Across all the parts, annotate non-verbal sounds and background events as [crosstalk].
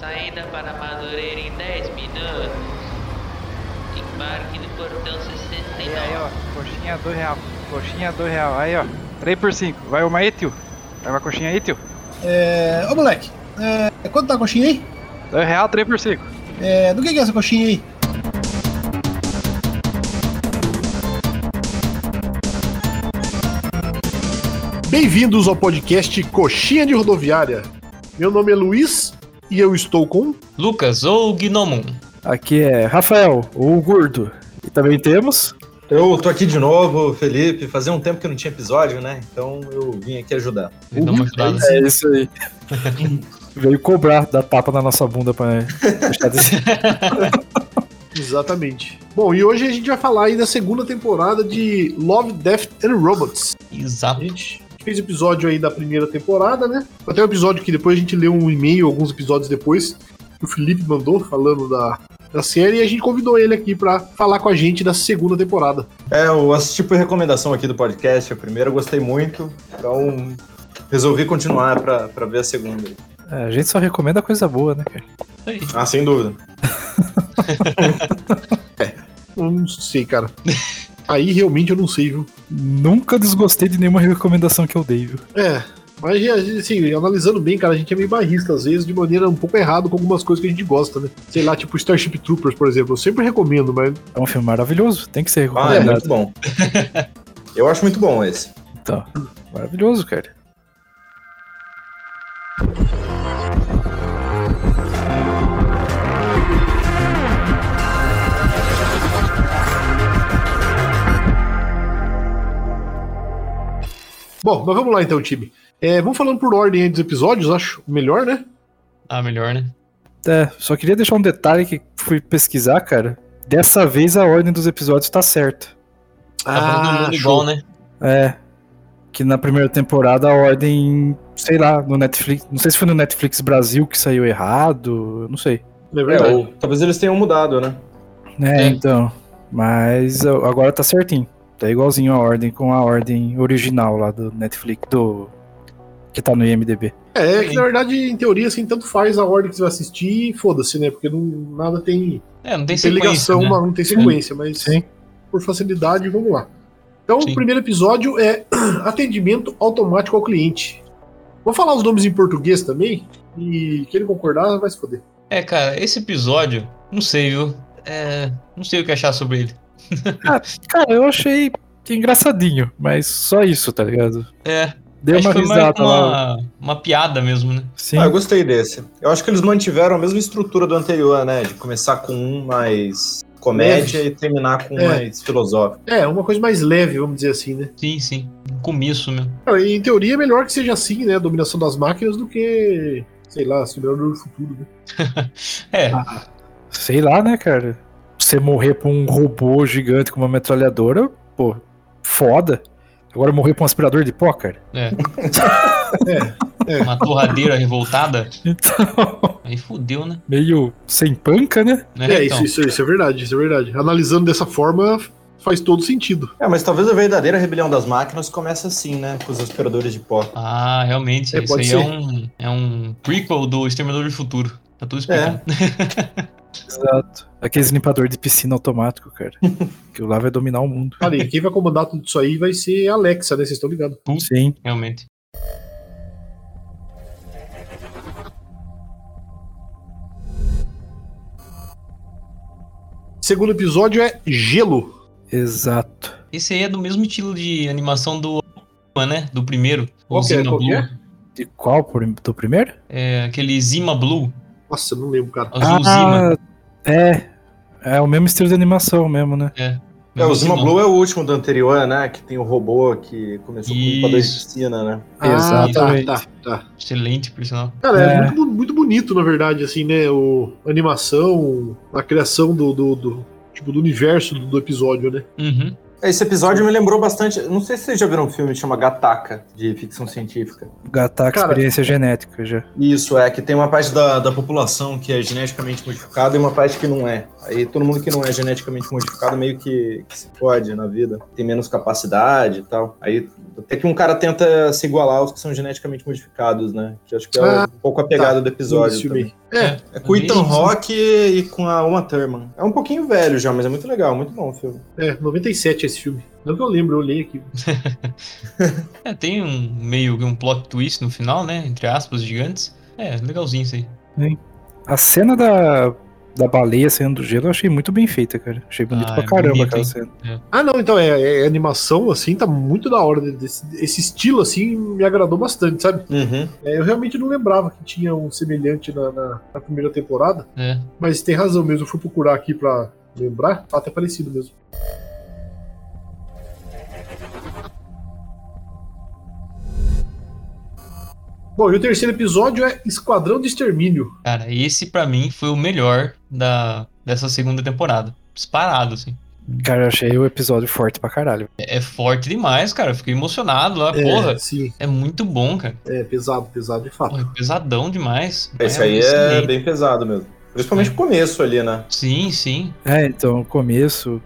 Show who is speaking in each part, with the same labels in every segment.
Speaker 1: Saída para Madureira em 10 minutos. Embarque do portão 69.
Speaker 2: Aí, aí, ó. Coxinha do real. Coxinha do real. Aí, ó. 3 por 5. Vai uma aí, tio. Vai uma coxinha aí, tio.
Speaker 3: É. Ô moleque, é, quanto tá a coxinha aí?
Speaker 2: 2 real, 3 por 5.
Speaker 3: É, do que que é essa coxinha aí?
Speaker 4: Bem-vindos ao podcast Coxinha de Rodoviária. Meu nome é Luiz e eu estou com.
Speaker 5: Lucas ou Gnomon.
Speaker 6: Aqui é Rafael, o gordo. E também temos.
Speaker 7: Eu tô aqui de novo, Felipe. Fazia um tempo que não tinha episódio, né? Então eu vim aqui ajudar.
Speaker 5: Ele dá uma ajudada. assim,
Speaker 6: É isso
Speaker 7: [laughs]
Speaker 6: aí. Veio cobrar da tapa na nossa bunda pra deixar desse.
Speaker 4: Exatamente. Bom, e hoje a gente vai falar aí da segunda temporada de Love, Death and Robots. A
Speaker 5: Exato.
Speaker 4: gente fez episódio aí da primeira temporada, né? Até um episódio que depois a gente leu um e-mail, alguns episódios depois, que o Felipe mandou falando da, da série, e a gente convidou ele aqui pra falar com a gente da segunda temporada.
Speaker 7: É, eu assisti por recomendação aqui do podcast. A primeira eu gostei muito. Então resolvi continuar pra, pra ver a segunda.
Speaker 6: É, a gente só recomenda coisa boa, né, cara?
Speaker 7: Ah, sem dúvida.
Speaker 4: Eu não sei, cara. Aí realmente eu não sei, viu?
Speaker 6: Nunca desgostei de nenhuma recomendação que eu dei, viu?
Speaker 4: É. Mas assim, analisando bem, cara, a gente é meio barrista, às vezes, de maneira um pouco errada com algumas coisas que a gente gosta, né? Sei lá, tipo Starship Troopers, por exemplo. Eu sempre recomendo, mas
Speaker 6: É um filme maravilhoso, tem que ser
Speaker 7: Ah, é
Speaker 6: recomendado.
Speaker 7: muito bom. [laughs] Eu acho muito bom esse.
Speaker 6: Então, maravilhoso, cara.
Speaker 4: Bom, mas vamos lá então, time. É, vamos falando por ordem aí dos episódios, acho melhor, né?
Speaker 5: Ah, melhor, né?
Speaker 6: É, só queria deixar um detalhe que fui pesquisar, cara. Dessa vez a ordem dos episódios tá certa.
Speaker 4: Ah,
Speaker 5: Tá todo mundo igual, né?
Speaker 6: É. Que na primeira temporada a ordem, sei lá, no Netflix. Não sei se foi no Netflix Brasil que saiu errado, eu não sei.
Speaker 4: É
Speaker 7: É,
Speaker 4: verdade.
Speaker 7: ou- talvez eles tenham mudado, né?
Speaker 6: É,
Speaker 5: Sim.
Speaker 6: então. Mas ó, agora tá certinho. Tá igualzinho a ordem com a ordem original lá do Netflix, do. Que tá no IMDB.
Speaker 4: É, é que na verdade, em teoria, assim, tanto faz a ordem que você vai assistir e foda-se, né? Porque não, nada tem,
Speaker 5: É, não tem
Speaker 4: não tem
Speaker 5: sequência,
Speaker 4: ligação,
Speaker 5: né?
Speaker 4: mas não tem sequência, mas
Speaker 6: Sim.
Speaker 4: por facilidade, vamos lá. Então, o
Speaker 5: Sim.
Speaker 4: primeiro episódio é [clears throat] atendimento automático ao cliente. Vou falar os nomes em português também, e quem não concordar vai se foder.
Speaker 5: É, cara, esse episódio, não sei, viu? É, não sei o que achar sobre ele.
Speaker 6: Cara, eu achei engraçadinho, mas só isso, tá ligado?
Speaker 5: É,
Speaker 6: Deu
Speaker 5: acho
Speaker 6: uma
Speaker 5: que foi mais
Speaker 6: risada lá.
Speaker 5: uma, uma piada mesmo, né?
Speaker 6: Sim.
Speaker 7: Ah, eu gostei desse. Eu acho que eles mantiveram a mesma estrutura do anterior, né? De começar com um mais comédia e terminar com um
Speaker 4: É.
Speaker 7: mais filosófico.
Speaker 4: É, uma coisa mais leve, vamos dizer assim, né?
Speaker 5: Sim, sim. Um começo mesmo.
Speaker 4: Cara, em teoria é melhor que seja assim, né? A dominação das máquinas do que, sei lá, Exterminador do Futuro, né?
Speaker 5: É,
Speaker 4: Ah.
Speaker 6: Sei lá, né, cara? Você morrer pra um robô gigante com uma metralhadora, pô, foda. Agora morrer pra um aspirador de pó, cara.
Speaker 5: uma
Speaker 4: [laughs]
Speaker 5: torradeira revoltada,
Speaker 6: Então,
Speaker 5: aí fudeu, né?
Speaker 6: meio sem panca, né?
Speaker 5: Né,
Speaker 4: É,
Speaker 5: então?
Speaker 4: isso, isso, isso é verdade, isso é verdade. Analisando dessa forma, faz todo sentido.
Speaker 7: É, mas talvez a verdadeira rebelião das máquinas comece assim, né? Com os aspiradores de pó.
Speaker 5: Ah, realmente,
Speaker 4: É,
Speaker 5: isso
Speaker 4: pode
Speaker 5: aí
Speaker 4: ser.
Speaker 5: é um, é um prequel do Exterminador do Futuro. Tá
Speaker 4: É.
Speaker 5: tudo explicado.
Speaker 6: Exato. Aqueles limpador de piscina automático, cara.
Speaker 4: [laughs]
Speaker 6: que o lá vai dominar o mundo.
Speaker 4: Cara, e quem vai comandar tudo isso aí vai ser a Alexa, né? Vocês estão ligados?
Speaker 6: Sim.
Speaker 5: Realmente.
Speaker 4: Segundo episódio é Gelo.
Speaker 6: Exato.
Speaker 5: Esse aí é do mesmo estilo de animação do né? Do primeiro.
Speaker 4: Qual que é?
Speaker 5: Zima
Speaker 4: Qual que
Speaker 5: Blue.
Speaker 4: é?
Speaker 6: De qual por- do primeiro?
Speaker 5: É, aquele Zima Blue.
Speaker 4: Nossa, eu não lembro, cara.
Speaker 6: Ah,
Speaker 5: Azul Zima.
Speaker 6: é. É o mesmo estilo de animação mesmo, né?
Speaker 7: É, o Zima
Speaker 5: Zimão.
Speaker 7: Blue é o último do anterior, né? Que tem o robô que começou com o limpador de
Speaker 5: Isso.
Speaker 7: piscina, né?
Speaker 6: Exatamente.
Speaker 4: Ah, tá, tá,
Speaker 7: é?
Speaker 4: tá.
Speaker 5: Excelente, por sinal.
Speaker 4: Cara, é,
Speaker 6: É.
Speaker 4: Muito, bu- muito bonito, na verdade, assim, né? O, a animação, a criação do, do, do- tipo, do universo do, do episódio, né?
Speaker 5: Uhum.
Speaker 7: Esse episódio me lembrou bastante. Não sei se vocês já viram um filme que chama Gataca, de ficção científica.
Speaker 6: Gatar com
Speaker 4: Cara.
Speaker 6: experiência genética já.
Speaker 7: Isso, é, que tem uma parte da, da população que é geneticamente modificada e uma parte que não é. Aí todo mundo que não é geneticamente modificado meio que, que se fode na vida. Tem menos capacidade e tal. Aí até que um cara tenta se igualar aos que são geneticamente modificados, né? Que acho que é
Speaker 4: Ah,
Speaker 7: um pouco a pegada do episódio.
Speaker 4: Esse
Speaker 7: também.
Speaker 4: filme.
Speaker 5: É.
Speaker 7: É com o Ethan
Speaker 5: Isso.
Speaker 7: Rock e com a Uma Thurman. É um pouquinho velho já, mas é muito legal, muito bom o filme.
Speaker 4: É, 97 esse filme. Não que eu lembro, eu olhei aqui.
Speaker 5: É, tem um meio que um plot twist no final, né? Entre aspas, gigantes. É, legalzinho isso aí.
Speaker 6: A cena da, da baleia saindo do gelo eu achei muito bem feita, cara. Achei bonito
Speaker 5: Ah,
Speaker 6: pra
Speaker 5: é
Speaker 6: caramba
Speaker 5: bonito,
Speaker 6: aquela
Speaker 5: hein?
Speaker 6: cena.
Speaker 4: Ah, não, então, é, é- é animação, assim, tá muito da hora. né? Esse, esse estilo, assim, me agradou bastante, sabe?
Speaker 7: Uhum.
Speaker 4: É, eu realmente não lembrava que tinha um semelhante na, na- na primeira temporada,
Speaker 5: É.
Speaker 4: mas tem razão mesmo, eu fui procurar aqui pra lembrar, tá até parecido mesmo. Bom, e o terceiro episódio é Esquadrão de Extermínio.
Speaker 5: Cara, esse pra mim foi o melhor da, dessa segunda temporada. Disparado, assim.
Speaker 6: Cara, eu achei o episódio forte pra caralho.
Speaker 5: É, é forte demais, cara. Eu fiquei emocionado lá, porra.
Speaker 4: É, sim,
Speaker 5: É muito bom, cara.
Speaker 4: é pesado, pesado de fato.
Speaker 5: Porra, é pesadão demais.
Speaker 7: Esse aí é
Speaker 5: excelente.
Speaker 7: bem pesado mesmo. Principalmente o começo ali, né?
Speaker 5: Sim, sim.
Speaker 6: É, então, no começo,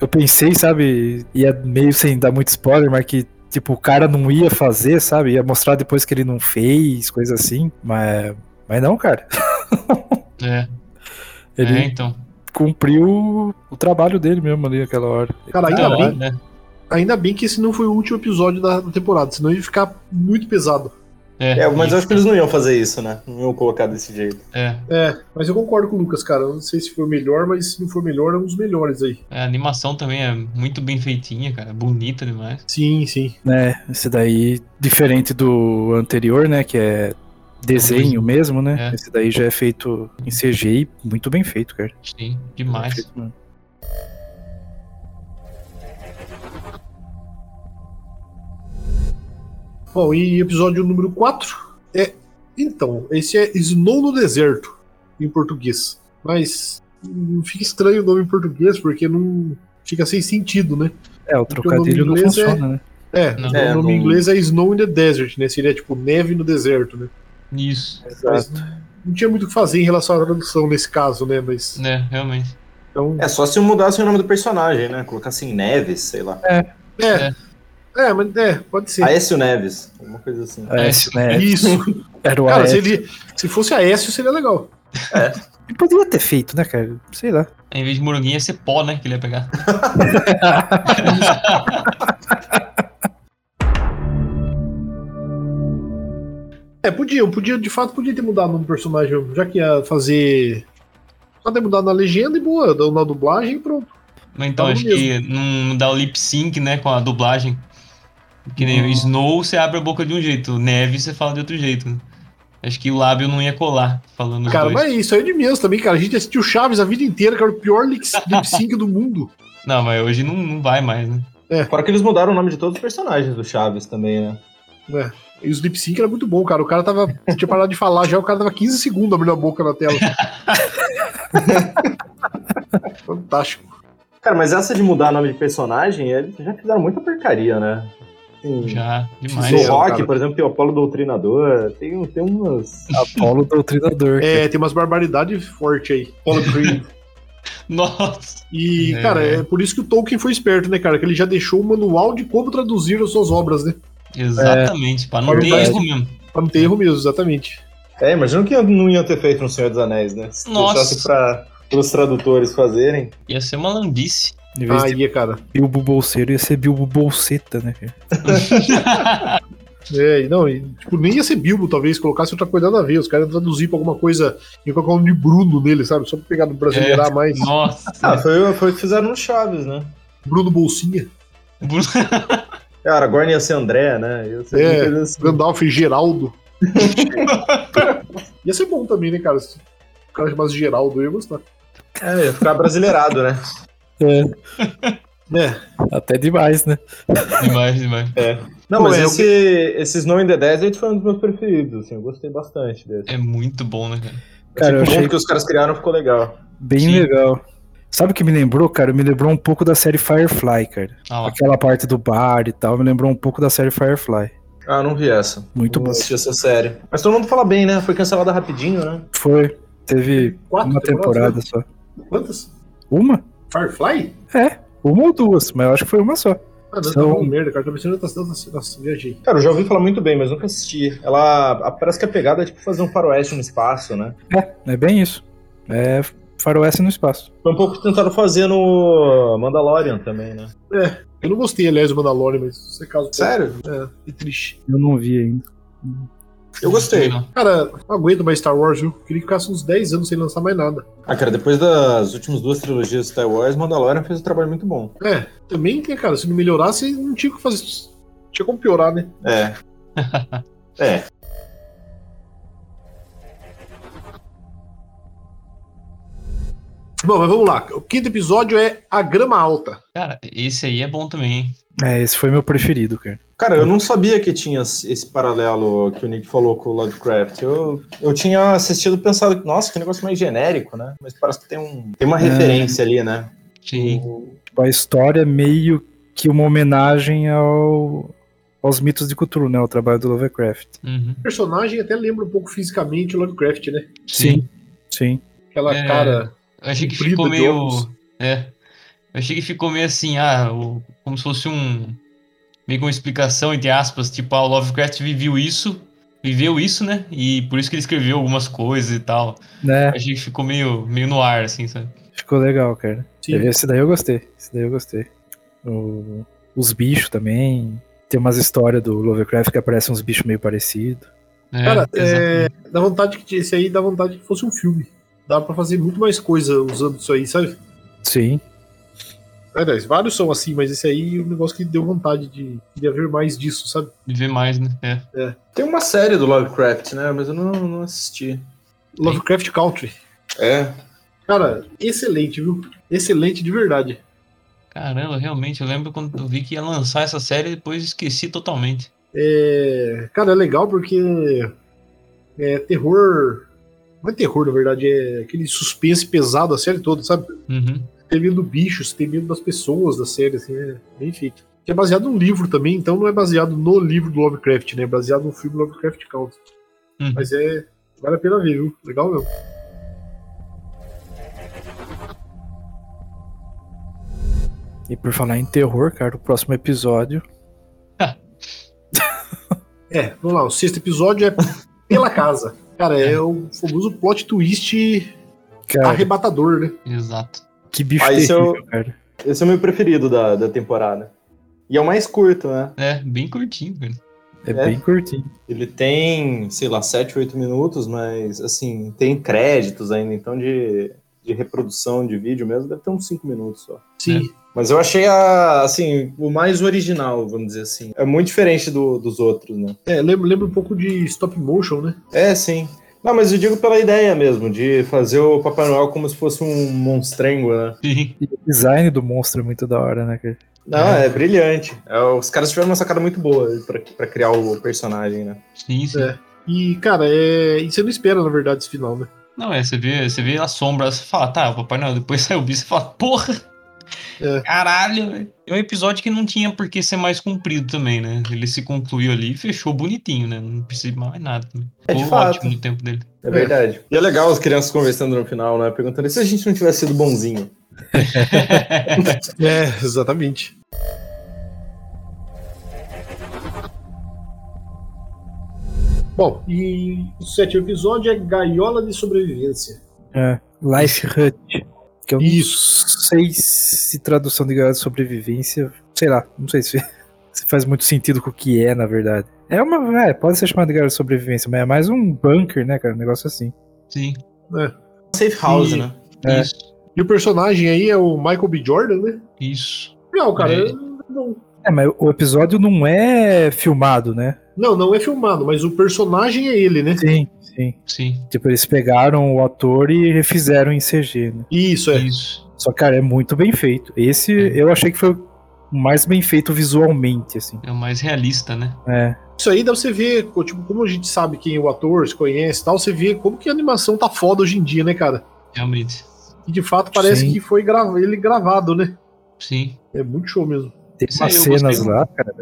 Speaker 6: eu pensei, sabe, ia meio sem dar muito spoiler, mas que, tipo, o cara não ia fazer, sabe? Ia mostrar depois que ele não fez, coisa assim. Mas, mas não, cara.
Speaker 5: É,
Speaker 6: Ele
Speaker 5: é então.
Speaker 6: cumpriu o trabalho dele mesmo ali naquela hora.
Speaker 4: Cara, ainda
Speaker 5: Então,
Speaker 4: bem
Speaker 5: né?
Speaker 4: Ainda bem que esse não foi o último episódio da da temporada, senão ia ficar muito pesado.
Speaker 7: É, mas eu
Speaker 5: e-
Speaker 7: acho que eles não iam fazer isso, né? Não iam colocar desse jeito.
Speaker 5: é,
Speaker 4: É, mas eu concordo com o Lucas, cara. Eu não sei se foi o melhor, mas se não for o melhor, é um dos melhores aí.
Speaker 5: a animação também é muito bem feitinha, cara. Bonita demais.
Speaker 4: Sim, sim.
Speaker 6: Né, esse daí, diferente do anterior, né, que é desenho mesmo, né?
Speaker 5: É.
Speaker 6: Esse daí já é feito em CGI, muito bem feito, cara.
Speaker 5: Sim, demais.
Speaker 6: Feito, né?
Speaker 4: Bom, e episódio número 4 é. Então, esse é Snow no Deserto, em português. Mas hum, fica estranho o nome em português, porque não. Fica sem sentido, né?
Speaker 6: É, o
Speaker 4: Porque o nome
Speaker 6: trocadilho não
Speaker 4: inglês é-
Speaker 6: funciona, né?
Speaker 4: É,
Speaker 5: Não.
Speaker 4: o
Speaker 7: É,
Speaker 4: nome em
Speaker 7: não-
Speaker 4: inglês é Snow in the Desert, né? Seria tipo neve no deserto, né?
Speaker 5: Isso,
Speaker 4: Mas não- não tinha muito o que fazer em relação à tradução nesse caso, né? Mas.
Speaker 5: né, realmente.
Speaker 6: um
Speaker 4: Então,
Speaker 7: É só se mudasse o nome do personagem, né? Colocasse em Neves, sei lá.
Speaker 4: É. É, mas é, pode ser.
Speaker 7: Aécio Neves, alguma coisa assim.
Speaker 5: É,
Speaker 6: Aécio, né?
Speaker 4: Isso.
Speaker 7: [laughs]
Speaker 6: Era o
Speaker 4: Cara, se,
Speaker 6: Aécio.
Speaker 4: ele, se fosse Aécio, seria legal.
Speaker 6: Ele poderia ter feito, né, cara? Sei lá.
Speaker 5: Em vez de moranguinho ia ser pó, né? Que ele ia pegar.
Speaker 4: É, podia, podia, de fato, podia ter mudado o nome do personagem, mesmo, já que ia fazer. Só ter mudado na legenda e boa, na na dublagem e pronto.
Speaker 5: Mas então
Speaker 4: Tá bom
Speaker 5: acho que não dá o lip sync, né? Com a dublagem. Que nem
Speaker 7: Hum.
Speaker 5: o Snow, você abre a boca de um jeito. Neve, você fala de outro jeito. né? Acho que o lábio não ia colar falando os
Speaker 4: cara,
Speaker 5: dois.
Speaker 4: mas isso aí é de menos também, cara. A gente assistiu Chaves a vida inteira, cara, o pior lip lip sync do mundo.
Speaker 5: Não, mas hoje não, não vai mais, né?
Speaker 7: Fora que eles mudaram o nome de todos os personagens do Chaves também, né?
Speaker 4: E os lip sync era muito bom, cara. O cara tava. Tinha parado de falar já, o cara tava 15 segundos abrindo a boca na
Speaker 5: [laughs]
Speaker 4: tela. Fantástico.
Speaker 7: Cara, mas essa de mudar nome de personagem, eles já fizeram muita porcaria, né? Assim,
Speaker 5: Já, demais.
Speaker 7: o
Speaker 4: Fizeram.
Speaker 7: Rock,
Speaker 4: cara.
Speaker 7: por exemplo, tem o Apolo Doutrinador, tem, tem umas.
Speaker 6: Apolo Doutrinador.
Speaker 4: É, tem umas barbaridades fortes aí. Apollo Creed.
Speaker 5: Nossa.
Speaker 4: E,
Speaker 5: É.
Speaker 4: cara, é por isso que o Tolkien foi esperto, né, cara? Que ele já deixou o manual de como traduzir as suas obras, né?
Speaker 5: Exatamente, pra não ter
Speaker 4: Verdade.
Speaker 5: erro mesmo.
Speaker 4: Pra
Speaker 6: É.
Speaker 4: não ter erro mesmo, exatamente.
Speaker 7: [laughs] É, imagino que não iam ter feito no Senhor dos Anéis, né? Se
Speaker 5: Nossa.
Speaker 7: deixasse pra os tradutores fazerem.
Speaker 5: Ia ser uma lambice.
Speaker 6: Em vez
Speaker 4: Ah,
Speaker 6: de
Speaker 4: ia, cara.
Speaker 6: Bilbo Bolseiro, ia ser Bilbo Bolseta, né? cara?
Speaker 4: É, e não, e, tipo, nem ia ser Bilbo, talvez, colocasse outra coisa nada a ver. Os caras iam traduzir pra alguma coisa e colocar o nome de Bruno nele, sabe? Só pra pegar do
Speaker 6: É.
Speaker 4: brasileirar mais.
Speaker 5: Nossa.
Speaker 7: Ah, foi, foi o que fizeram no Chaves, né?
Speaker 4: Bruno Bolsinha,
Speaker 5: Bruno-
Speaker 7: Cara, agora ia ser André, né? Ia ser
Speaker 4: É,
Speaker 7: uma coisa assim.
Speaker 4: Gandalf e
Speaker 6: [laughs]
Speaker 4: Geraldo. ia ser bom também, né, cara? Se o cara chamasse de Geraldo, eu ia gostar.
Speaker 7: É, ia ficar brasileirado, né?
Speaker 6: Até demais, né?
Speaker 5: demais, demais.
Speaker 7: Não,
Speaker 4: Pô,
Speaker 7: mas
Speaker 4: é, eu-
Speaker 7: esse, esse Snow in the Desert foi um dos meus preferidos, assim, eu gostei bastante desse.
Speaker 5: É muito bom, né, cara?
Speaker 6: Cara, eu
Speaker 7: o
Speaker 6: achei
Speaker 7: mundo que os caras criaram ficou legal.
Speaker 6: bem
Speaker 5: Sim.
Speaker 6: legal. Sabe o que me lembrou, cara? Me lembrou um pouco da série Firefly, cara.
Speaker 5: Ah lá.
Speaker 6: Aquela parte do bar e tal, me lembrou um pouco da série Firefly.
Speaker 7: Ah, não vi essa.
Speaker 6: Muito
Speaker 7: Não
Speaker 6: bom.
Speaker 7: assisti essa série. Mas todo mundo fala bem, né? Foi cancelada rapidinho, né?
Speaker 6: Foi. Teve
Speaker 4: Quatro
Speaker 6: uma temporada
Speaker 4: temporadas,
Speaker 6: só.
Speaker 4: né? Quantas?
Speaker 6: Uma? É,
Speaker 4: Firefly?
Speaker 6: Uma ou duas, mas eu acho que foi uma só.
Speaker 4: Ah, não,
Speaker 6: São-
Speaker 4: tá bom, merda, cara. Tô pensando em outras- outras- Nossa, viajei.
Speaker 7: Cara, eu já ouvi falar muito bem, mas nunca assisti. Ela. a- Parece que a pegada é tipo fazer um faroeste no espaço, né?
Speaker 6: É, é bem isso. É faroeste no espaço.
Speaker 7: Foi um pouco que tentaram fazer no Mandalorian também, né?
Speaker 4: Eu não gostei, aliás, do Mandalorian, mas você caso.
Speaker 7: Sério?
Speaker 4: É triste.
Speaker 6: Eu não vi ainda.
Speaker 7: Eu gostei.
Speaker 5: Não.
Speaker 4: Cara, não aguento mais Star Wars, viu? Queria que ficasse uns 10 anos sem lançar mais nada.
Speaker 7: Ah, cara, depois das últimas duas trilogias de Star Wars, Mandalorian fez um trabalho muito bom.
Speaker 4: É, também, né, cara, se não melhorasse, não tinha o que fazer. Tinha como piorar, né?
Speaker 7: É. [laughs] é.
Speaker 4: Bom, mas vamos lá. O quinto episódio é A Grama Alta.
Speaker 5: Cara, esse aí é bom também, hein?
Speaker 6: É, esse foi meu preferido, cara.
Speaker 7: Cara, eu não sabia que tinha esse esse paralelo que o Nick falou com o Lovecraft. Eu, eu tinha assistido e pensado, nossa, que negócio mais genérico, né? Mas parece que tem, um, tem uma referência ali, né?
Speaker 5: Sim.
Speaker 6: Tipo, a história é meio que uma homenagem ao, aos mitos de Cthulhu, né? O trabalho do Lovecraft.
Speaker 5: Uhum.
Speaker 4: O personagem até lembra um pouco fisicamente o Lovecraft, né?
Speaker 5: Sim.
Speaker 6: Sim.
Speaker 4: Aquela
Speaker 5: É.
Speaker 4: cara.
Speaker 5: Eu achei que
Speaker 4: Comprido
Speaker 5: ficou
Speaker 4: de
Speaker 5: meio.
Speaker 4: óculos.
Speaker 5: É. Eu achei que ficou meio assim, ah, o- como se fosse um. Meio com uma explicação, entre aspas, tipo, ah, o Lovecraft viveu isso, viveu isso, né? E por isso que ele escreveu algumas coisas e tal.
Speaker 6: Né?
Speaker 5: Eu achei que ficou meio, meio no ar, assim, sabe?
Speaker 6: Ficou legal, cara.
Speaker 4: Sim.
Speaker 6: Esse daí eu gostei. Esse daí eu gostei. O- os bichos também. Tem umas histórias do Lovecraft que aparecem uns bichos meio parecidos.
Speaker 5: É,
Speaker 4: Cara,
Speaker 5: exato.
Speaker 4: é, dá vontade que esse aí dá vontade que fosse um filme. Dá pra fazer muito mais coisa usando isso aí, sabe?
Speaker 6: Sim.
Speaker 4: Aliás, vários são assim, mas esse aí é um negócio que deu vontade de, de haver mais disso, sabe?
Speaker 5: De ver mais, né? É.
Speaker 7: Tem uma série do Lovecraft, né? Mas eu não, não assisti.
Speaker 4: Lovecraft Country.
Speaker 7: É.
Speaker 4: Cara, excelente, viu? Excelente de verdade.
Speaker 5: Caramba, realmente, eu lembro quando eu vi que ia lançar essa série e depois esqueci totalmente.
Speaker 4: É, cara, é legal porque é terror. Não é terror, na verdade, é aquele suspense pesado a série toda, sabe?
Speaker 5: Uhum.
Speaker 4: Tem medo do bicho, você tem medo das pessoas da série, assim, é bem feito. Que é baseado num livro também, então não é baseado no livro do Lovecraft, né? É baseado no filme Lovecraft Country.
Speaker 5: Uhum.
Speaker 4: Mas é. Vale a pena ver, viu? Legal mesmo.
Speaker 6: E por falar em terror, cara, o próximo episódio.
Speaker 4: É, vamos lá, o sexto episódio é Pela Casa. Cara, é o famoso plot twist
Speaker 6: Cara,
Speaker 4: arrebatador, né?
Speaker 5: Exato.
Speaker 6: que bicho
Speaker 7: Ah, esse
Speaker 6: terrível, cara.
Speaker 7: Esse é o meu preferido da, da temporada. E é o mais curto, né?
Speaker 5: É, bem curtinho, cara.
Speaker 6: É,
Speaker 7: É.
Speaker 6: bem curtinho.
Speaker 7: Ele tem, sei lá, 7, 8 minutos, mas, assim, tem créditos ainda, então de, de reprodução de vídeo mesmo, deve ter uns 5 minutos só.
Speaker 4: Sim.
Speaker 7: Mas eu achei, a, assim, o mais original, vamos dizer assim. É muito diferente do- dos outros, né?
Speaker 4: É, lembra, lembra um pouco de stop motion, né?
Speaker 7: É, sim. Não, mas eu digo pela ideia mesmo, de fazer o Papai Noel como se fosse um monstrengo, né?
Speaker 5: Sim.
Speaker 6: E o design do monstro é muito da hora, né, cara?
Speaker 7: Não, é, brilhante. É, os caras tiveram uma sacada muito boa pra, pra criar o personagem, né?
Speaker 5: Sim, sim.
Speaker 4: É. E, cara, é. E você não espera, na verdade, esse final, né?
Speaker 5: Não, é, você vê, você vê a sombra, você fala, tá, o Papai Noel, depois [laughs] sai o bicho, você fala, porra!
Speaker 4: É.
Speaker 5: Caralho, velho. É um episódio que não tinha por que ser mais comprido também, né? Ele se concluiu ali e fechou bonitinho, né? Não precisa de mais nada também.
Speaker 7: É, de
Speaker 5: Ficou
Speaker 7: fato.
Speaker 5: ótimo no tempo dele.
Speaker 7: É verdade. E é legal as crianças conversando no final, né? Perguntando e se a gente não tivesse sido bonzinho.
Speaker 4: É, exatamente. Bom, e o sétimo episódio é Gaiola de Sobrevivência.
Speaker 6: É. Life Hut. Que eu
Speaker 4: Isso.
Speaker 6: não sei se tradução de guerra de sobrevivência. Sei lá, não sei se, [laughs] se faz muito sentido com o que é, na verdade. É uma. É, pode ser chamado de guerra de sobrevivência, mas é mais um bunker, né, cara? Um negócio assim.
Speaker 5: Sim.
Speaker 7: Safe
Speaker 4: house,
Speaker 7: né?
Speaker 6: É.
Speaker 5: Isso.
Speaker 4: E o personagem aí é o Michael B. Jordan, né?
Speaker 5: Isso.
Speaker 4: Não, cara,
Speaker 5: É.
Speaker 4: não,
Speaker 6: É, mas o episódio não é filmado, né?
Speaker 4: não, não é filmado, mas o personagem é ele, né?
Speaker 6: Sim, sim.
Speaker 5: Sim.
Speaker 6: Tipo, eles pegaram o ator e refizeram em CG, né?
Speaker 4: Isso, é.
Speaker 5: Isso.
Speaker 6: Só, cara, é muito bem feito. Esse
Speaker 5: É.
Speaker 6: eu achei que foi o mais bem feito visualmente, assim.
Speaker 5: É o mais realista, né?
Speaker 6: É,
Speaker 4: Isso aí dá pra você ver, co- tipo, como a gente sabe quem é o ator, se conhece e tal, você vê como que a animação tá foda hoje em dia, né, cara?
Speaker 5: Realmente.
Speaker 4: E de fato parece
Speaker 6: Sim.
Speaker 4: que foi grava- ele gravado, né?
Speaker 5: Sim.
Speaker 4: É muito show mesmo.
Speaker 6: tem
Speaker 5: Isso
Speaker 6: umas
Speaker 5: aí eu gostei
Speaker 6: cenas lá, cara.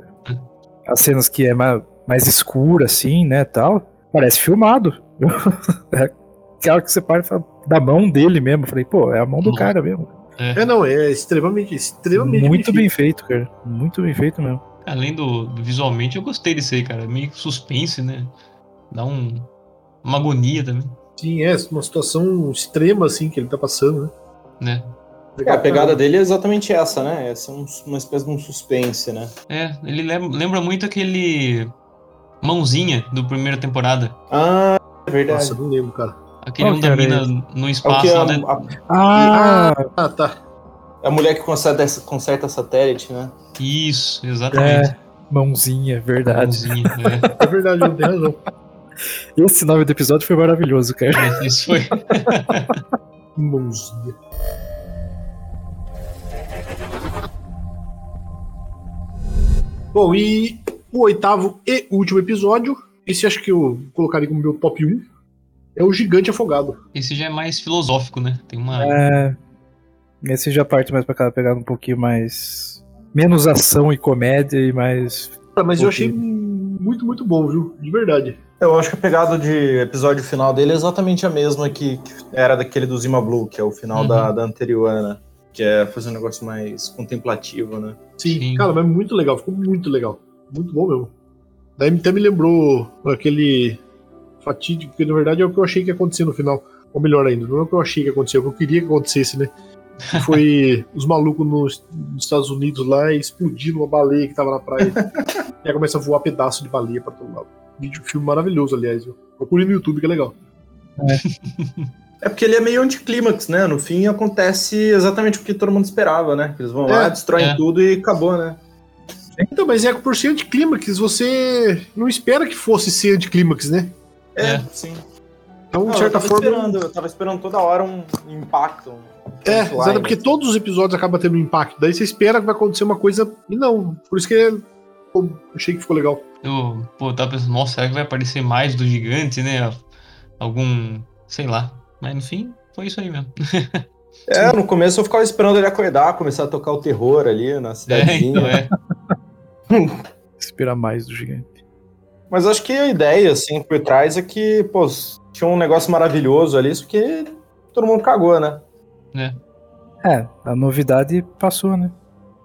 Speaker 6: As cenas que é mais, mais escura, assim, né, tal. Parece filmado. [laughs] é aquela que você para e fala, da mão dele mesmo. Eu falei, pô, é a mão do
Speaker 5: Nossa.
Speaker 6: cara mesmo.
Speaker 4: É, não, é extremamente, extremamente
Speaker 6: Muito
Speaker 4: difícil.
Speaker 6: bem feito, cara. Muito bem feito mesmo.
Speaker 5: Além do, do visualmente, eu gostei disso aí, cara. Meio suspense, né? Dá um, uma agonia também,
Speaker 4: Sim, é uma situação extrema, assim, que ele tá passando, né?
Speaker 5: né?
Speaker 7: É, a pegada dele é exatamente essa, né? Essa é um- uma espécie de um suspense, né?
Speaker 5: É, ele lem- lembra muito aquele mãozinha do primeira temporada.
Speaker 7: Ah, é verdade.
Speaker 4: Nossa, eu não lembro, cara.
Speaker 5: Aquele
Speaker 6: Qual
Speaker 5: um
Speaker 6: que
Speaker 5: da
Speaker 6: era
Speaker 5: mina no
Speaker 7: é o
Speaker 5: espaço,
Speaker 7: que a,
Speaker 5: né?
Speaker 7: a,
Speaker 6: Ah,
Speaker 4: Ah, tá.
Speaker 7: a mulher que conserta, essa- conserta satélite, né?
Speaker 5: Isso, exatamente.
Speaker 6: mãozinha,
Speaker 5: Ah,
Speaker 6: verdade.
Speaker 5: Mãozinha, é.
Speaker 4: É verdade, não
Speaker 6: [laughs]
Speaker 4: tem razão.
Speaker 6: Esse nome do episódio foi maravilhoso, cara.
Speaker 5: Isso É,
Speaker 7: [laughs]
Speaker 5: foi.
Speaker 4: Mãozinha. Bom, e o oitavo e último episódio, esse acho que eu colocaria como meu top 1, é o Gigante Afogado.
Speaker 5: Esse já é mais filosófico, né? Tem uma.
Speaker 6: É, esse já parte mais pra cá, pegar um pouquinho mais. Menos ação e comédia e mais.
Speaker 4: Cara, mas eu
Speaker 6: Ok.
Speaker 4: achei muito, muito bom, viu? De verdade.
Speaker 7: Eu acho que a pegada de episódio final dele é exatamente a mesma que, que era daquele do Zima Blue, que é o final
Speaker 5: Uhum.
Speaker 7: da, da anterior, né? Que é fazer um negócio mais contemplativo, né?
Speaker 4: Sim,
Speaker 5: Sim.
Speaker 4: cara, mas muito legal, ficou muito legal. Muito bom mesmo. Daí até me lembrou aquele fatídico, que na verdade é o que eu achei que ia acontecer no final. Ou melhor ainda, não é o que eu achei que ia acontecer, é o que eu queria que acontecesse, né? Que foi os malucos nos, nos Estados Unidos lá explodindo uma baleia que tava na praia. e aí começa a voar pedaço de baleia pra todo lado. Vídeo, filme maravilhoso, aliás. viu? Procure no YouTube que é legal.
Speaker 7: É porque ele é meio anticlímax, né? No fim acontece exatamente o que todo mundo esperava, né? Que Eles vão lá,
Speaker 4: É.
Speaker 7: destroem
Speaker 5: É.
Speaker 7: tudo e acabou, né?
Speaker 4: Então, mas é que por ser anticlímax, você não espera que fosse ser anticlímax, né?
Speaker 7: É,
Speaker 5: É.
Speaker 7: sim.
Speaker 4: Então,
Speaker 7: Não,
Speaker 4: de
Speaker 7: eu
Speaker 4: certa
Speaker 7: tava
Speaker 4: forma.
Speaker 7: esperando, eu tava esperando toda hora um impacto. um punchline.
Speaker 4: É,
Speaker 7: assim.
Speaker 4: exato, porque todos os episódios acabam tendo um impacto. Daí você espera que vai acontecer uma coisa e não. Por isso que eu achei que ficou legal.
Speaker 5: Eu, pô, eu tava pensando, nossa, será que vai aparecer mais do gigante, né? Algum. sei lá. Mas enfim, foi isso aí mesmo.
Speaker 7: É, no começo eu ficava esperando ele acordar, começar a tocar o terror ali na
Speaker 5: É,
Speaker 7: cidadezinha.
Speaker 5: então é.
Speaker 6: Inspirar mais do gigante.
Speaker 7: Mas acho que a ideia, assim, por trás é que, pô, tinha um negócio maravilhoso ali, isso que todo mundo cagou, né?
Speaker 6: É, a novidade passou, né?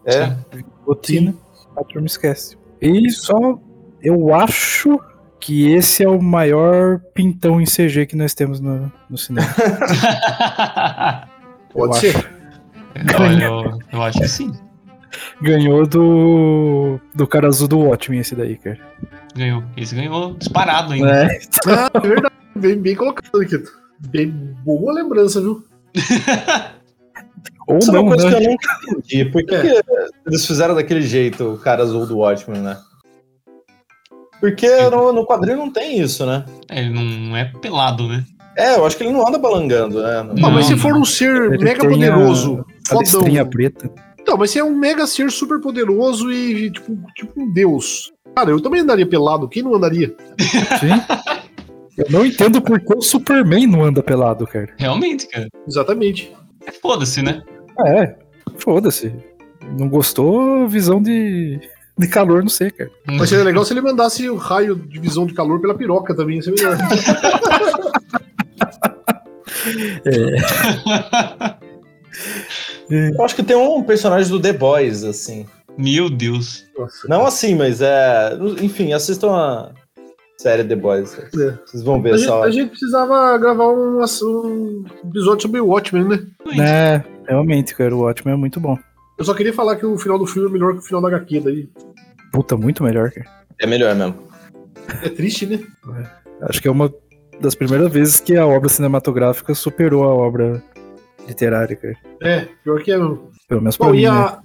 Speaker 7: É.
Speaker 5: [laughs] Sim.
Speaker 6: Rotina, a turma esquece. E só. Eu acho que esse é o maior pintão em CG que nós temos no, no [laughs] cinema.
Speaker 4: Pode
Speaker 6: eu
Speaker 4: ser. [laughs]
Speaker 5: Olha, eu, eu acho que sim.
Speaker 6: Ganhou do. do cara azul do Watchmen esse daí, cara.
Speaker 5: Ganhou. Esse ganhou disparado ainda.
Speaker 6: É.
Speaker 4: Ah, é verdade. Bem, bem colocado aqui. Bem boa lembrança, viu?
Speaker 6: Ou
Speaker 7: Isso é
Speaker 6: não,
Speaker 7: uma coisa
Speaker 6: né?
Speaker 7: que eu nunca entendi. Por que, que
Speaker 4: É.
Speaker 7: eles fizeram daquele jeito o cara azul do Watchmen, né? Porque no, no quadrinho não tem isso, né?
Speaker 5: É, ele não é pelado, né?
Speaker 7: É, eu acho que ele não anda balangando, né? Não-
Speaker 4: Ah,
Speaker 5: Não,
Speaker 4: mas se
Speaker 5: não.
Speaker 4: for um ser
Speaker 6: Hum. Ele
Speaker 4: mega
Speaker 6: tem a-
Speaker 4: poderoso,
Speaker 6: A
Speaker 4: fodão.
Speaker 6: listrinha
Speaker 7: [laughs]
Speaker 6: preta.
Speaker 4: Então, mas se é um mega ser super poderoso e tipo, tipo um deus. Cara, eu também andaria pelado. Quem não andaria?
Speaker 6: Sim. Eu não entendo por que o Superman não anda pelado, cara.
Speaker 5: Realmente, cara.
Speaker 4: Exatamente.
Speaker 5: É foda-se, né?
Speaker 6: Ah, é. Foda-se. Não gostou, visão de, de calor, não sei, cara.
Speaker 4: Mas seria legal se ele mandasse o raio de visão de calor pela piroca também. Isso é melhor.
Speaker 6: [laughs]
Speaker 7: Eu acho que tem um personagem do The Boys, assim.
Speaker 5: Meu Deus.
Speaker 4: Nossa.
Speaker 7: Não assim, mas é. Enfim, assistam a série The Boys. Vocês vão ver
Speaker 4: É. A gente,
Speaker 7: essa
Speaker 4: a
Speaker 7: hora.
Speaker 4: gente precisava gravar um, ass- um episódio sobre o Watchmen, né?
Speaker 6: É, realmente, cara, o Watchmen é muito bom.
Speaker 4: Eu só queria falar que o final do filme é melhor que o final da HQ, daí
Speaker 6: Puta, muito melhor, cara.
Speaker 7: É melhor mesmo.
Speaker 4: é triste, né?
Speaker 6: Acho que é uma das primeiras vezes que a obra cinematográfica superou a obra literária, cara.
Speaker 4: É, pior que é. mesmo.
Speaker 6: Pelo menos pra
Speaker 4: Bom,
Speaker 6: mim, né?
Speaker 4: e a.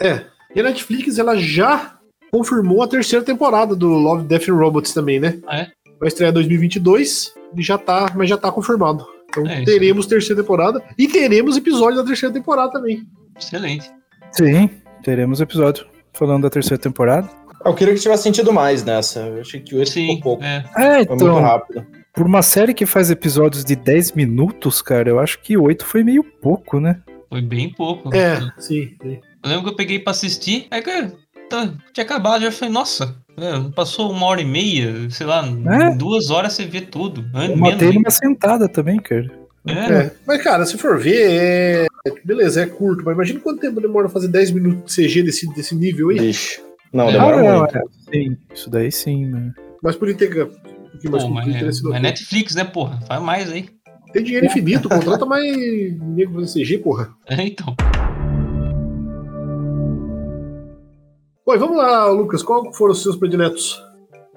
Speaker 4: É, e a Netflix, ela já confirmou a terceira temporada do Love, Death and Robots também, né?
Speaker 5: Ah, é?
Speaker 4: Vai estrear em 2022 e já tá, mas já tá confirmado. Então
Speaker 5: É isso.
Speaker 4: teremos terceira temporada e teremos episódio da terceira temporada também.
Speaker 5: Excelente.
Speaker 6: Sim, teremos episódio falando da terceira temporada.
Speaker 7: Eu queria que tivesse sentido mais nessa. Eu achei que o
Speaker 5: Sim.
Speaker 7: ficou pouco.
Speaker 5: É.
Speaker 6: É,
Speaker 7: Foi muito
Speaker 6: então,
Speaker 7: rápido.
Speaker 6: por uma série que faz episódios de 10 minutos, cara, eu acho que 8 foi meio pouco, né?
Speaker 5: Foi bem pouco.
Speaker 4: É, sim. sim.
Speaker 5: Eu lembro que eu peguei pra assistir. Aí, cara, tá- tinha acabado. Já falei, nossa, é, passou uma hora e meia, sei lá,
Speaker 6: É?
Speaker 5: duas horas você vê tudo. Antes
Speaker 7: É
Speaker 6: Eu matei
Speaker 5: mesmo.
Speaker 6: numa sentada também, cara.
Speaker 5: É,
Speaker 4: É. Mas, cara, se for ver, é. Beleza, é curto, mas imagina quanto tempo demora fazer 10 minutos de CG desse, desse nível aí.
Speaker 7: Bicho. Não,
Speaker 5: Ah,
Speaker 7: demora
Speaker 6: não,
Speaker 7: muito.
Speaker 6: é. Sim, isso daí sim, né?
Speaker 4: Mas por integra- o que mais
Speaker 5: É. Pô,
Speaker 4: por
Speaker 5: mas, é,
Speaker 4: interesse não
Speaker 5: mas é
Speaker 4: tem.
Speaker 5: Netflix, né, porra? Faz mais aí.
Speaker 4: Tem dinheiro
Speaker 5: [laughs]
Speaker 4: infinito, contrata mais nego fazendo CG, porra.
Speaker 5: É, [laughs] então.
Speaker 4: Bom, e vamos lá, Lucas, qual foram os seus prediletos?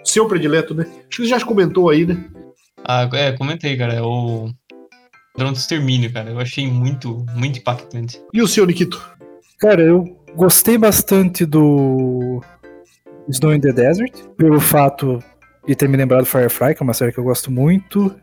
Speaker 4: Seu predileto, né? Acho que você já comentou aí, né?
Speaker 5: Ah, é, comentei, cara. é O Drone do Extermínio, cara. Eu achei muito, muito impactante.
Speaker 4: E o seu, Nikito?
Speaker 6: Cara, eu gostei bastante do Snow in the Desert, pelo fato de ter me lembrado Firefly, que é uma série que eu gosto muito.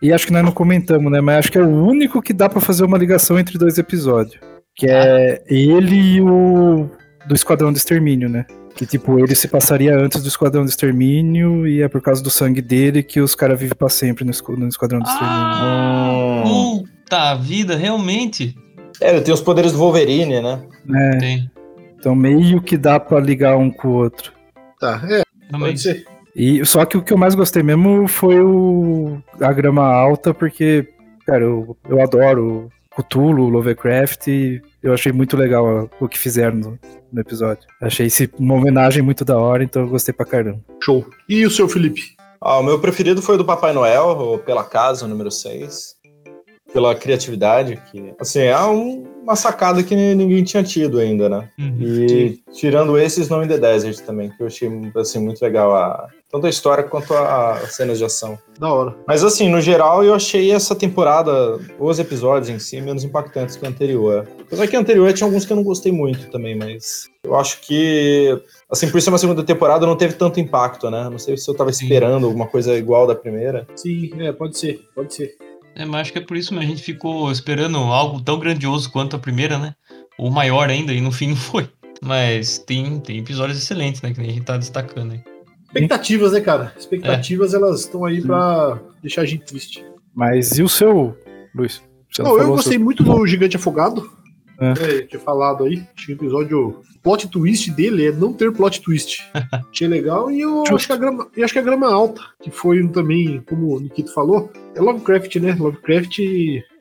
Speaker 6: E acho que nós não comentamos, né? Mas acho que é o único que dá pra fazer uma ligação entre dois episódios. Que é ele e o do Esquadrão de Extermínio, né? Que tipo, ele se passaria antes do Esquadrão de Extermínio e é por causa do sangue dele que os caras vivem pra sempre no, esqu- no Esquadrão de Extermínio.
Speaker 5: Ah,
Speaker 7: Hum.
Speaker 5: puta vida, realmente.
Speaker 7: É, ele tem os poderes do Wolverine, né?
Speaker 6: É,
Speaker 5: Tem.
Speaker 6: então meio que dá pra ligar um com o outro.
Speaker 4: Tá, é,
Speaker 5: Também.
Speaker 4: pode ser.
Speaker 6: E só que o que eu mais gostei mesmo foi o a grama alta, porque, cara, eu, eu adoro Cthulhu, Lovecraft, e eu achei muito legal o que fizeram no, no episódio. Achei esse, uma homenagem muito da hora, então eu gostei pra caramba.
Speaker 4: Show. E o seu, Felipe?
Speaker 7: Ah, o meu preferido foi o do Papai Noel, ou Pela Casa, o número 6. Pela criatividade, que, assim, é um- uma sacada que ninguém tinha tido ainda, né?
Speaker 5: Uhum.
Speaker 7: E tirando esses, não in the Desert também, que eu achei assim, muito legal, a, tanto a história quanto a- as cenas de ação.
Speaker 4: Da hora.
Speaker 7: Mas assim, no geral, eu achei essa temporada, os episódios em si, menos impactantes que a anterior. Apesar que a anterior tinha alguns que eu não gostei muito também, mas eu acho que, assim, por ser uma segunda temporada, não teve tanto impacto, né? Não sei se eu tava
Speaker 5: Sim.
Speaker 7: esperando alguma coisa igual da primeira.
Speaker 4: Sim, é, pode ser, pode ser.
Speaker 5: É, mas acho que é por isso que a gente ficou esperando algo tão grandioso quanto a primeira, né? Ou maior ainda, e no fim não foi. Mas tem, tem episódios excelentes, né? Que nem a gente tá destacando aí.
Speaker 4: Expectativas, né, cara?
Speaker 5: É.
Speaker 4: Expectativas, elas estão aí pra deixar a gente triste.
Speaker 6: Mas e o seu, Luiz? Você
Speaker 4: Não, eu
Speaker 6: falou
Speaker 4: gostei muito do Gigante Afogado.
Speaker 6: É.
Speaker 4: É, eu tinha falado aí. Tinha um episódio. o Plot twist dele é não ter
Speaker 6: [laughs]
Speaker 4: plot twist. Achei legal. E eu acho, que a grama, eu acho que a grama é alta, que foi um também, como o Nikito falou, é Lovecraft, né? Lovecraft.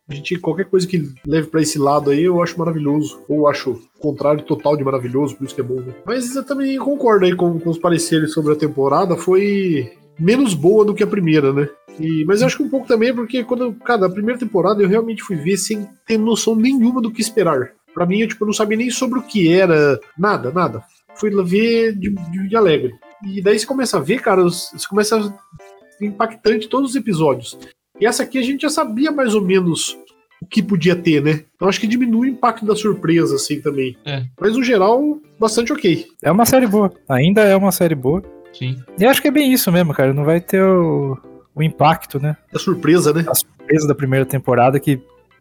Speaker 4: A gente, qualquer coisa que leve pra esse lado aí, eu acho maravilhoso. Ou acho o contrário total de maravilhoso, por isso que é bom. né? Mas eu também concordo aí com, com os pareceres sobre a temporada. Foi menos boa do que a primeira, né? E- mas eu acho que um pouco também, porque quando, eu- cara, a primeira temporada eu realmente fui ver sem ter noção nenhuma do que esperar. Pra mim, eu tipo, não sabia nem sobre o que era, nada, nada. Fui lá ver de, de, de alegre. E daí você começa a ver, cara, os- você começa a ser impactante todos os episódios. E essa aqui a gente já sabia mais ou menos o que podia ter, né? Então acho que diminui o impacto da surpresa, assim, também.
Speaker 5: É.
Speaker 4: Mas no geral, bastante ok.
Speaker 6: É uma série boa. Ainda é uma série boa.
Speaker 5: Sim.
Speaker 6: E acho que é bem isso mesmo, cara. Não vai ter o, o impacto, né?
Speaker 4: É surpresa, né?
Speaker 6: Surpresa da primeira temporada que,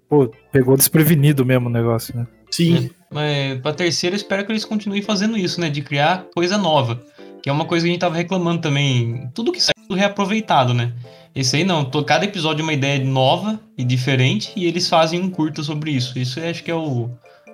Speaker 6: pô, pegou desprevenido mesmo o negócio,
Speaker 4: [laughs]
Speaker 6: né?
Speaker 4: Sim.
Speaker 5: Mas pra terceira, eu espero que eles continuem fazendo isso, né? De criar coisa nova. Que é uma coisa que a gente tava reclamando também. Tudo que sai tudo reaproveitado, né? Esse aí não. to- Cada episódio é uma ideia nova e diferente. E eles fazem um curta sobre isso. Isso eu acho que é o,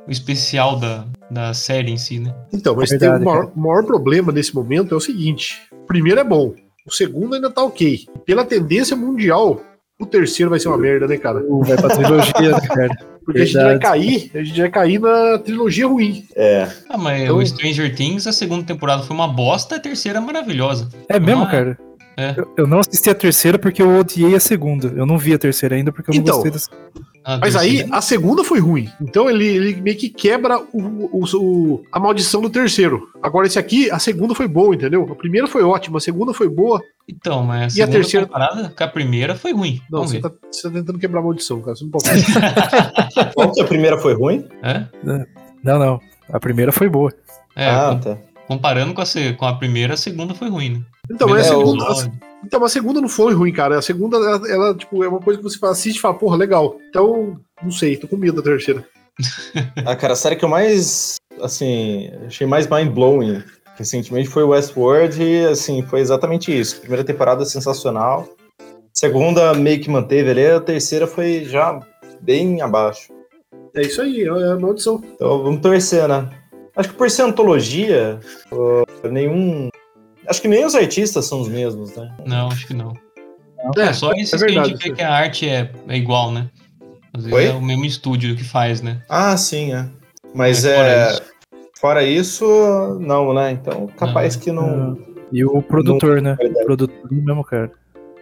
Speaker 5: o especial da, da série em si, né?
Speaker 4: Então, mas
Speaker 6: É Verdade,
Speaker 4: tem o maior, maior problema nesse momento é o seguinte: o primeiro é bom, o segundo ainda tá ok. Pela tendência mundial, o terceiro vai ser uma merda, né, cara?
Speaker 6: Vai pra trilogia, né, cara?
Speaker 4: Porque a gente vai
Speaker 6: Verdade.
Speaker 4: cair, a gente vai cair na trilogia ruim.
Speaker 7: É.
Speaker 5: Ah, mas
Speaker 4: Então-
Speaker 5: o Stranger Things, a segunda temporada foi uma bosta, a terceira é maravilhosa.
Speaker 6: É mesmo,
Speaker 5: Ah,
Speaker 6: cara?
Speaker 5: é.
Speaker 6: Eu, eu não assisti a terceira porque eu odiei a segunda. Eu não vi a terceira ainda porque eu não
Speaker 4: Então.
Speaker 6: gostei da segunda.
Speaker 5: A
Speaker 4: Mas
Speaker 5: terceira-
Speaker 4: aí a segunda foi ruim. Então ele, ele meio que quebra o- o- o- a maldição do terceiro. Agora, esse aqui, a segunda foi boa, entendeu? A primeira foi ótima, a segunda foi boa.
Speaker 5: Então, mas a
Speaker 4: E a
Speaker 5: segunda
Speaker 4: terceira?
Speaker 5: temporada com a primeira foi ruim.
Speaker 4: Não,
Speaker 5: Vamos
Speaker 4: você
Speaker 5: ver.
Speaker 4: tá, você tá tentando quebrar a maldição, cara. Você não pode.
Speaker 7: Qual que a primeira foi ruim?
Speaker 4: tá-
Speaker 5: Hã?
Speaker 6: Não, não. A primeira foi boa.
Speaker 5: É,
Speaker 7: ah,
Speaker 5: com-
Speaker 7: tá.
Speaker 5: comparando com a, se- com a primeira, a segunda foi ruim, né?
Speaker 4: Então, é a
Speaker 7: Melhor
Speaker 4: segunda, a,
Speaker 5: episódio.
Speaker 4: Então, a segunda não foi ruim, cara. A segunda, ela, ela, tipo, é uma coisa que você fala, assiste e fala, porra, legal. Então, não sei, tô com medo da terceira.
Speaker 7: Ah, cara, a série que eu mais, assim, achei mais mind-blowing recentemente foi Westworld e, assim, foi exatamente isso. Primeira temporada sensacional, segunda meio que manteve ali, a terceira foi já bem abaixo.
Speaker 4: É isso aí, é a maldição.
Speaker 7: Então vamos torcer, né? Acho que por ser antologia, ó, nenhum... Acho que nem os artistas são os mesmos, né?
Speaker 5: Não, acho que não. É, só isso
Speaker 4: é
Speaker 5: que a
Speaker 4: verdade,
Speaker 5: gente vê
Speaker 4: sim.
Speaker 5: que a arte é, é igual, né? Às vezes
Speaker 7: Oi?
Speaker 5: é o mesmo estúdio que faz, né?
Speaker 7: Ah, sim, é. Mas
Speaker 5: É,
Speaker 7: é.
Speaker 5: fora
Speaker 7: Fora isso, não, né? Então, capaz que não.
Speaker 6: E o produtor, né? O produtor mesmo, cara.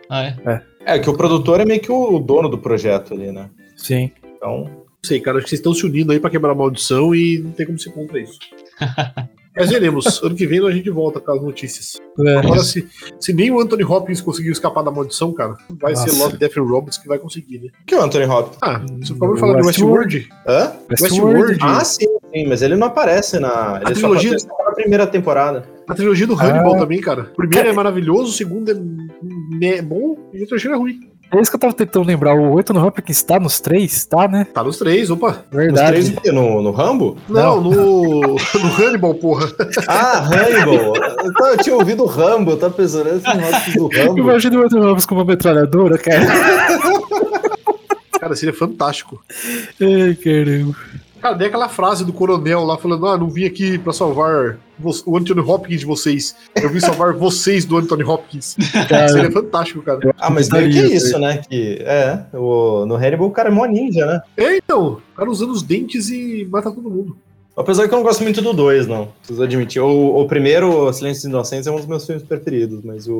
Speaker 5: Ah, é?
Speaker 7: É, que o produtor é meio que o dono do projeto ali, né?
Speaker 6: Sim.
Speaker 7: Então.
Speaker 4: Não sei, cara, acho que vocês estão se unindo aí pra quebrar a maldição e não tem como ser contra
Speaker 6: [laughs]
Speaker 4: isso. Mas veremos. ano que vem a gente volta com as notícias.
Speaker 6: É.
Speaker 4: Agora, se, se nem o Anthony Hopkins conseguiu escapar da maldição, cara, vai ser
Speaker 6: Nossa. Hum,
Speaker 4: Love, Death and Robots que vai conseguir, né?
Speaker 7: Que o Anthony Hopkins?
Speaker 4: Ah, se for pra falar de
Speaker 6: Westworld.
Speaker 4: Westworld,
Speaker 7: Hã?
Speaker 4: Westworld.
Speaker 7: Ah, sim, sim, mas ele não aparece na. Ele só
Speaker 4: trilogia?
Speaker 7: aparece na primeira temporada.
Speaker 4: a trilogia do Hannibal
Speaker 6: Ah.
Speaker 4: também, cara. O primeiro é maravilhoso, o segundo é né, bom e o terceiro é ruim.
Speaker 6: É isso que eu tava tentando lembrar. O Anthony Hopkins tá nos três? Tá, né?
Speaker 4: Tá nos três, opa.
Speaker 7: Nos
Speaker 6: Verdade.
Speaker 7: três o quê? no, no Rambo?
Speaker 4: Não, no, [laughs] no Hannibal, porra.
Speaker 7: Ah, Rambo! Eu tava- Eu tinha ouvido o Rambo, eu tava pensando esse Hopkins do Rambo.
Speaker 6: Imagina o Anthony Hopkins com uma metralhadora,
Speaker 4: [laughs]
Speaker 6: cara.
Speaker 4: Cara, seria fantástico.
Speaker 6: Ai, caramba.
Speaker 4: Cara, daí aquela frase do coronel lá falando: Ah, não vim aqui pra salvar vo- o Anthony Hopkins de vocês. Eu vim salvar [laughs] vocês do Anthony Hopkins. Seria
Speaker 6: Cara,
Speaker 4: fantástico, cara.
Speaker 7: Ah, mas meio que é
Speaker 6: Daria,
Speaker 7: isso, né? Que, é, o, no Hannibal o cara é mó ninja, né?
Speaker 4: É, então, o cara usando os dentes e mata todo mundo.
Speaker 7: Apesar que eu não gosto muito do 2, não. Preciso admitir. O, o primeiro, o Silêncio dos Inocentes, é um dos meus filmes preferidos, mas o,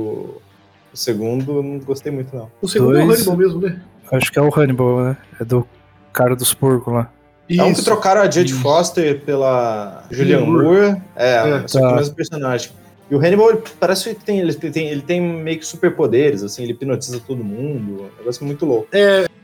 Speaker 7: o segundo eu não gostei muito, não.
Speaker 4: O segundo é o
Speaker 6: Dois.
Speaker 4: Hannibal mesmo, né?
Speaker 6: acho que é o Hannibal, né? É do cara dos porcos lá.
Speaker 4: E
Speaker 7: É um que trocaram a Jade Foster pela Julianne
Speaker 4: Moore.
Speaker 7: Moore. É,
Speaker 4: É,
Speaker 7: só que
Speaker 6: tá.
Speaker 7: o mesmo personagem. E o Hannibal, ele parece que tem, ele, tem, ele tem meio que superpoderes, assim, ele hipnotiza todo mundo. Um negócio muito louco.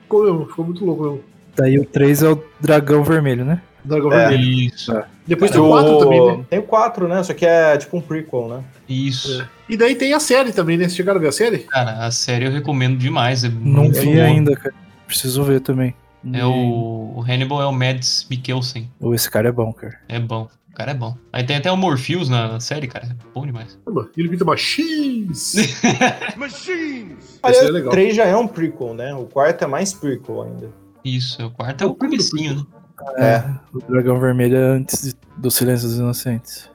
Speaker 4: ficou, mesmo, ficou muito louco mesmo.
Speaker 6: Daí o três é o dragão vermelho, né?
Speaker 4: Dragão
Speaker 7: É.
Speaker 4: Vermelho.
Speaker 5: Isso,
Speaker 4: Depois
Speaker 7: E
Speaker 4: tem o 4 também, né?
Speaker 7: Tem É o 4, né? Só que é tipo um prequel, né?
Speaker 5: isso.
Speaker 4: E daí tem a série também, né? Vocês chegaram a ver a série?
Speaker 5: Cara, a série eu recomendo demais. É
Speaker 6: Não
Speaker 5: muito
Speaker 6: vi
Speaker 5: boa.
Speaker 6: ainda, cara. Preciso ver também.
Speaker 5: É o, o Hannibal é o Mads Mikkelsen.
Speaker 6: Ô, Esse cara é bom, cara.
Speaker 5: É bom. O cara é bom. Aí tem até o Morpheus na na série, cara. É bom demais.
Speaker 4: Caramba, Ele grita Machines! Esse é
Speaker 7: Aliás, o
Speaker 4: legal.
Speaker 7: 3 já é um prequel, né? O quarto é mais prequel ainda. É.
Speaker 5: Isso, é o quarto é o comecinho, né? [laughs]
Speaker 6: O Dragão Vermelho é antes de- do Silêncio dos Inocentes.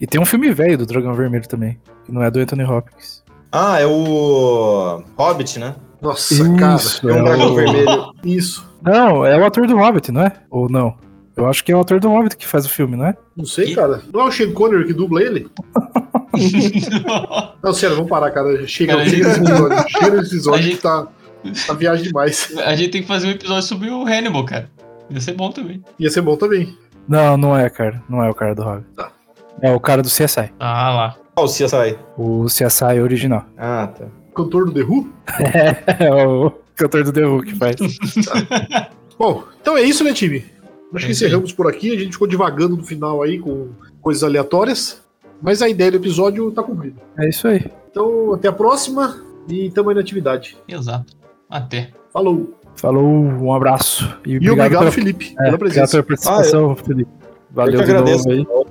Speaker 6: E tem um filme velho do Dragão Vermelho também, que não é do Anthony Hopkins.
Speaker 7: Ah, é o Hobbit, né?
Speaker 4: Nossa, cara.
Speaker 7: Tem um
Speaker 6: é
Speaker 7: dragão
Speaker 6: o-
Speaker 7: vermelho.
Speaker 4: Isso.
Speaker 6: Não, é o ator do Hobbit, não é? Ou não? Eu acho que é o ator do Hobbit que faz o filme, não é?
Speaker 4: Não sei,
Speaker 5: E-
Speaker 4: cara. Não é o Shane Connery que dubla ele? Não, sério, vamos parar, cara. Chega,
Speaker 5: Cara,
Speaker 4: chega nesse episódio. Chega nesse
Speaker 5: [laughs] a
Speaker 4: episódio
Speaker 5: gente-
Speaker 4: que tá, tá viagem demais.
Speaker 5: a gente tem que fazer um episódio sobre o Hannibal, cara. Ia ser bom também.
Speaker 4: Ia ser bom também.
Speaker 6: Não, não é, cara. Não é o cara do Hobbit.
Speaker 4: Tá.
Speaker 6: É o cara do CSI.
Speaker 5: Ah lá.
Speaker 7: Ah, o CSI.
Speaker 6: O CSI original.
Speaker 7: Ah, tá.
Speaker 4: Cantor do The Who?
Speaker 6: [laughs] É o cantor do The Who que faz.
Speaker 4: Bom, então é isso, né, time? Acho
Speaker 5: É
Speaker 4: que
Speaker 5: isso aí.
Speaker 4: encerramos por aqui. A gente ficou divagando no final aí com coisas aleatórias. Mas a ideia do episódio tá cumprida.
Speaker 6: É isso aí.
Speaker 4: Então, até a próxima e tamo aí na atividade.
Speaker 5: Exato. Até.
Speaker 4: Falou.
Speaker 6: Falou, um abraço.
Speaker 4: E obrigado,
Speaker 6: pela-
Speaker 4: Felipe,
Speaker 6: É,
Speaker 4: pela
Speaker 6: obrigado
Speaker 4: presença.
Speaker 6: pela participação, Felipe. Valeu
Speaker 7: Eu que
Speaker 6: de
Speaker 7: agradeço.
Speaker 6: novo aí.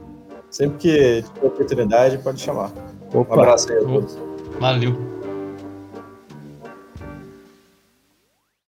Speaker 7: Sempre que tiver oportunidade, pode chamar. Um
Speaker 6: Opa.
Speaker 7: abraço aí a todos.
Speaker 5: Valeu.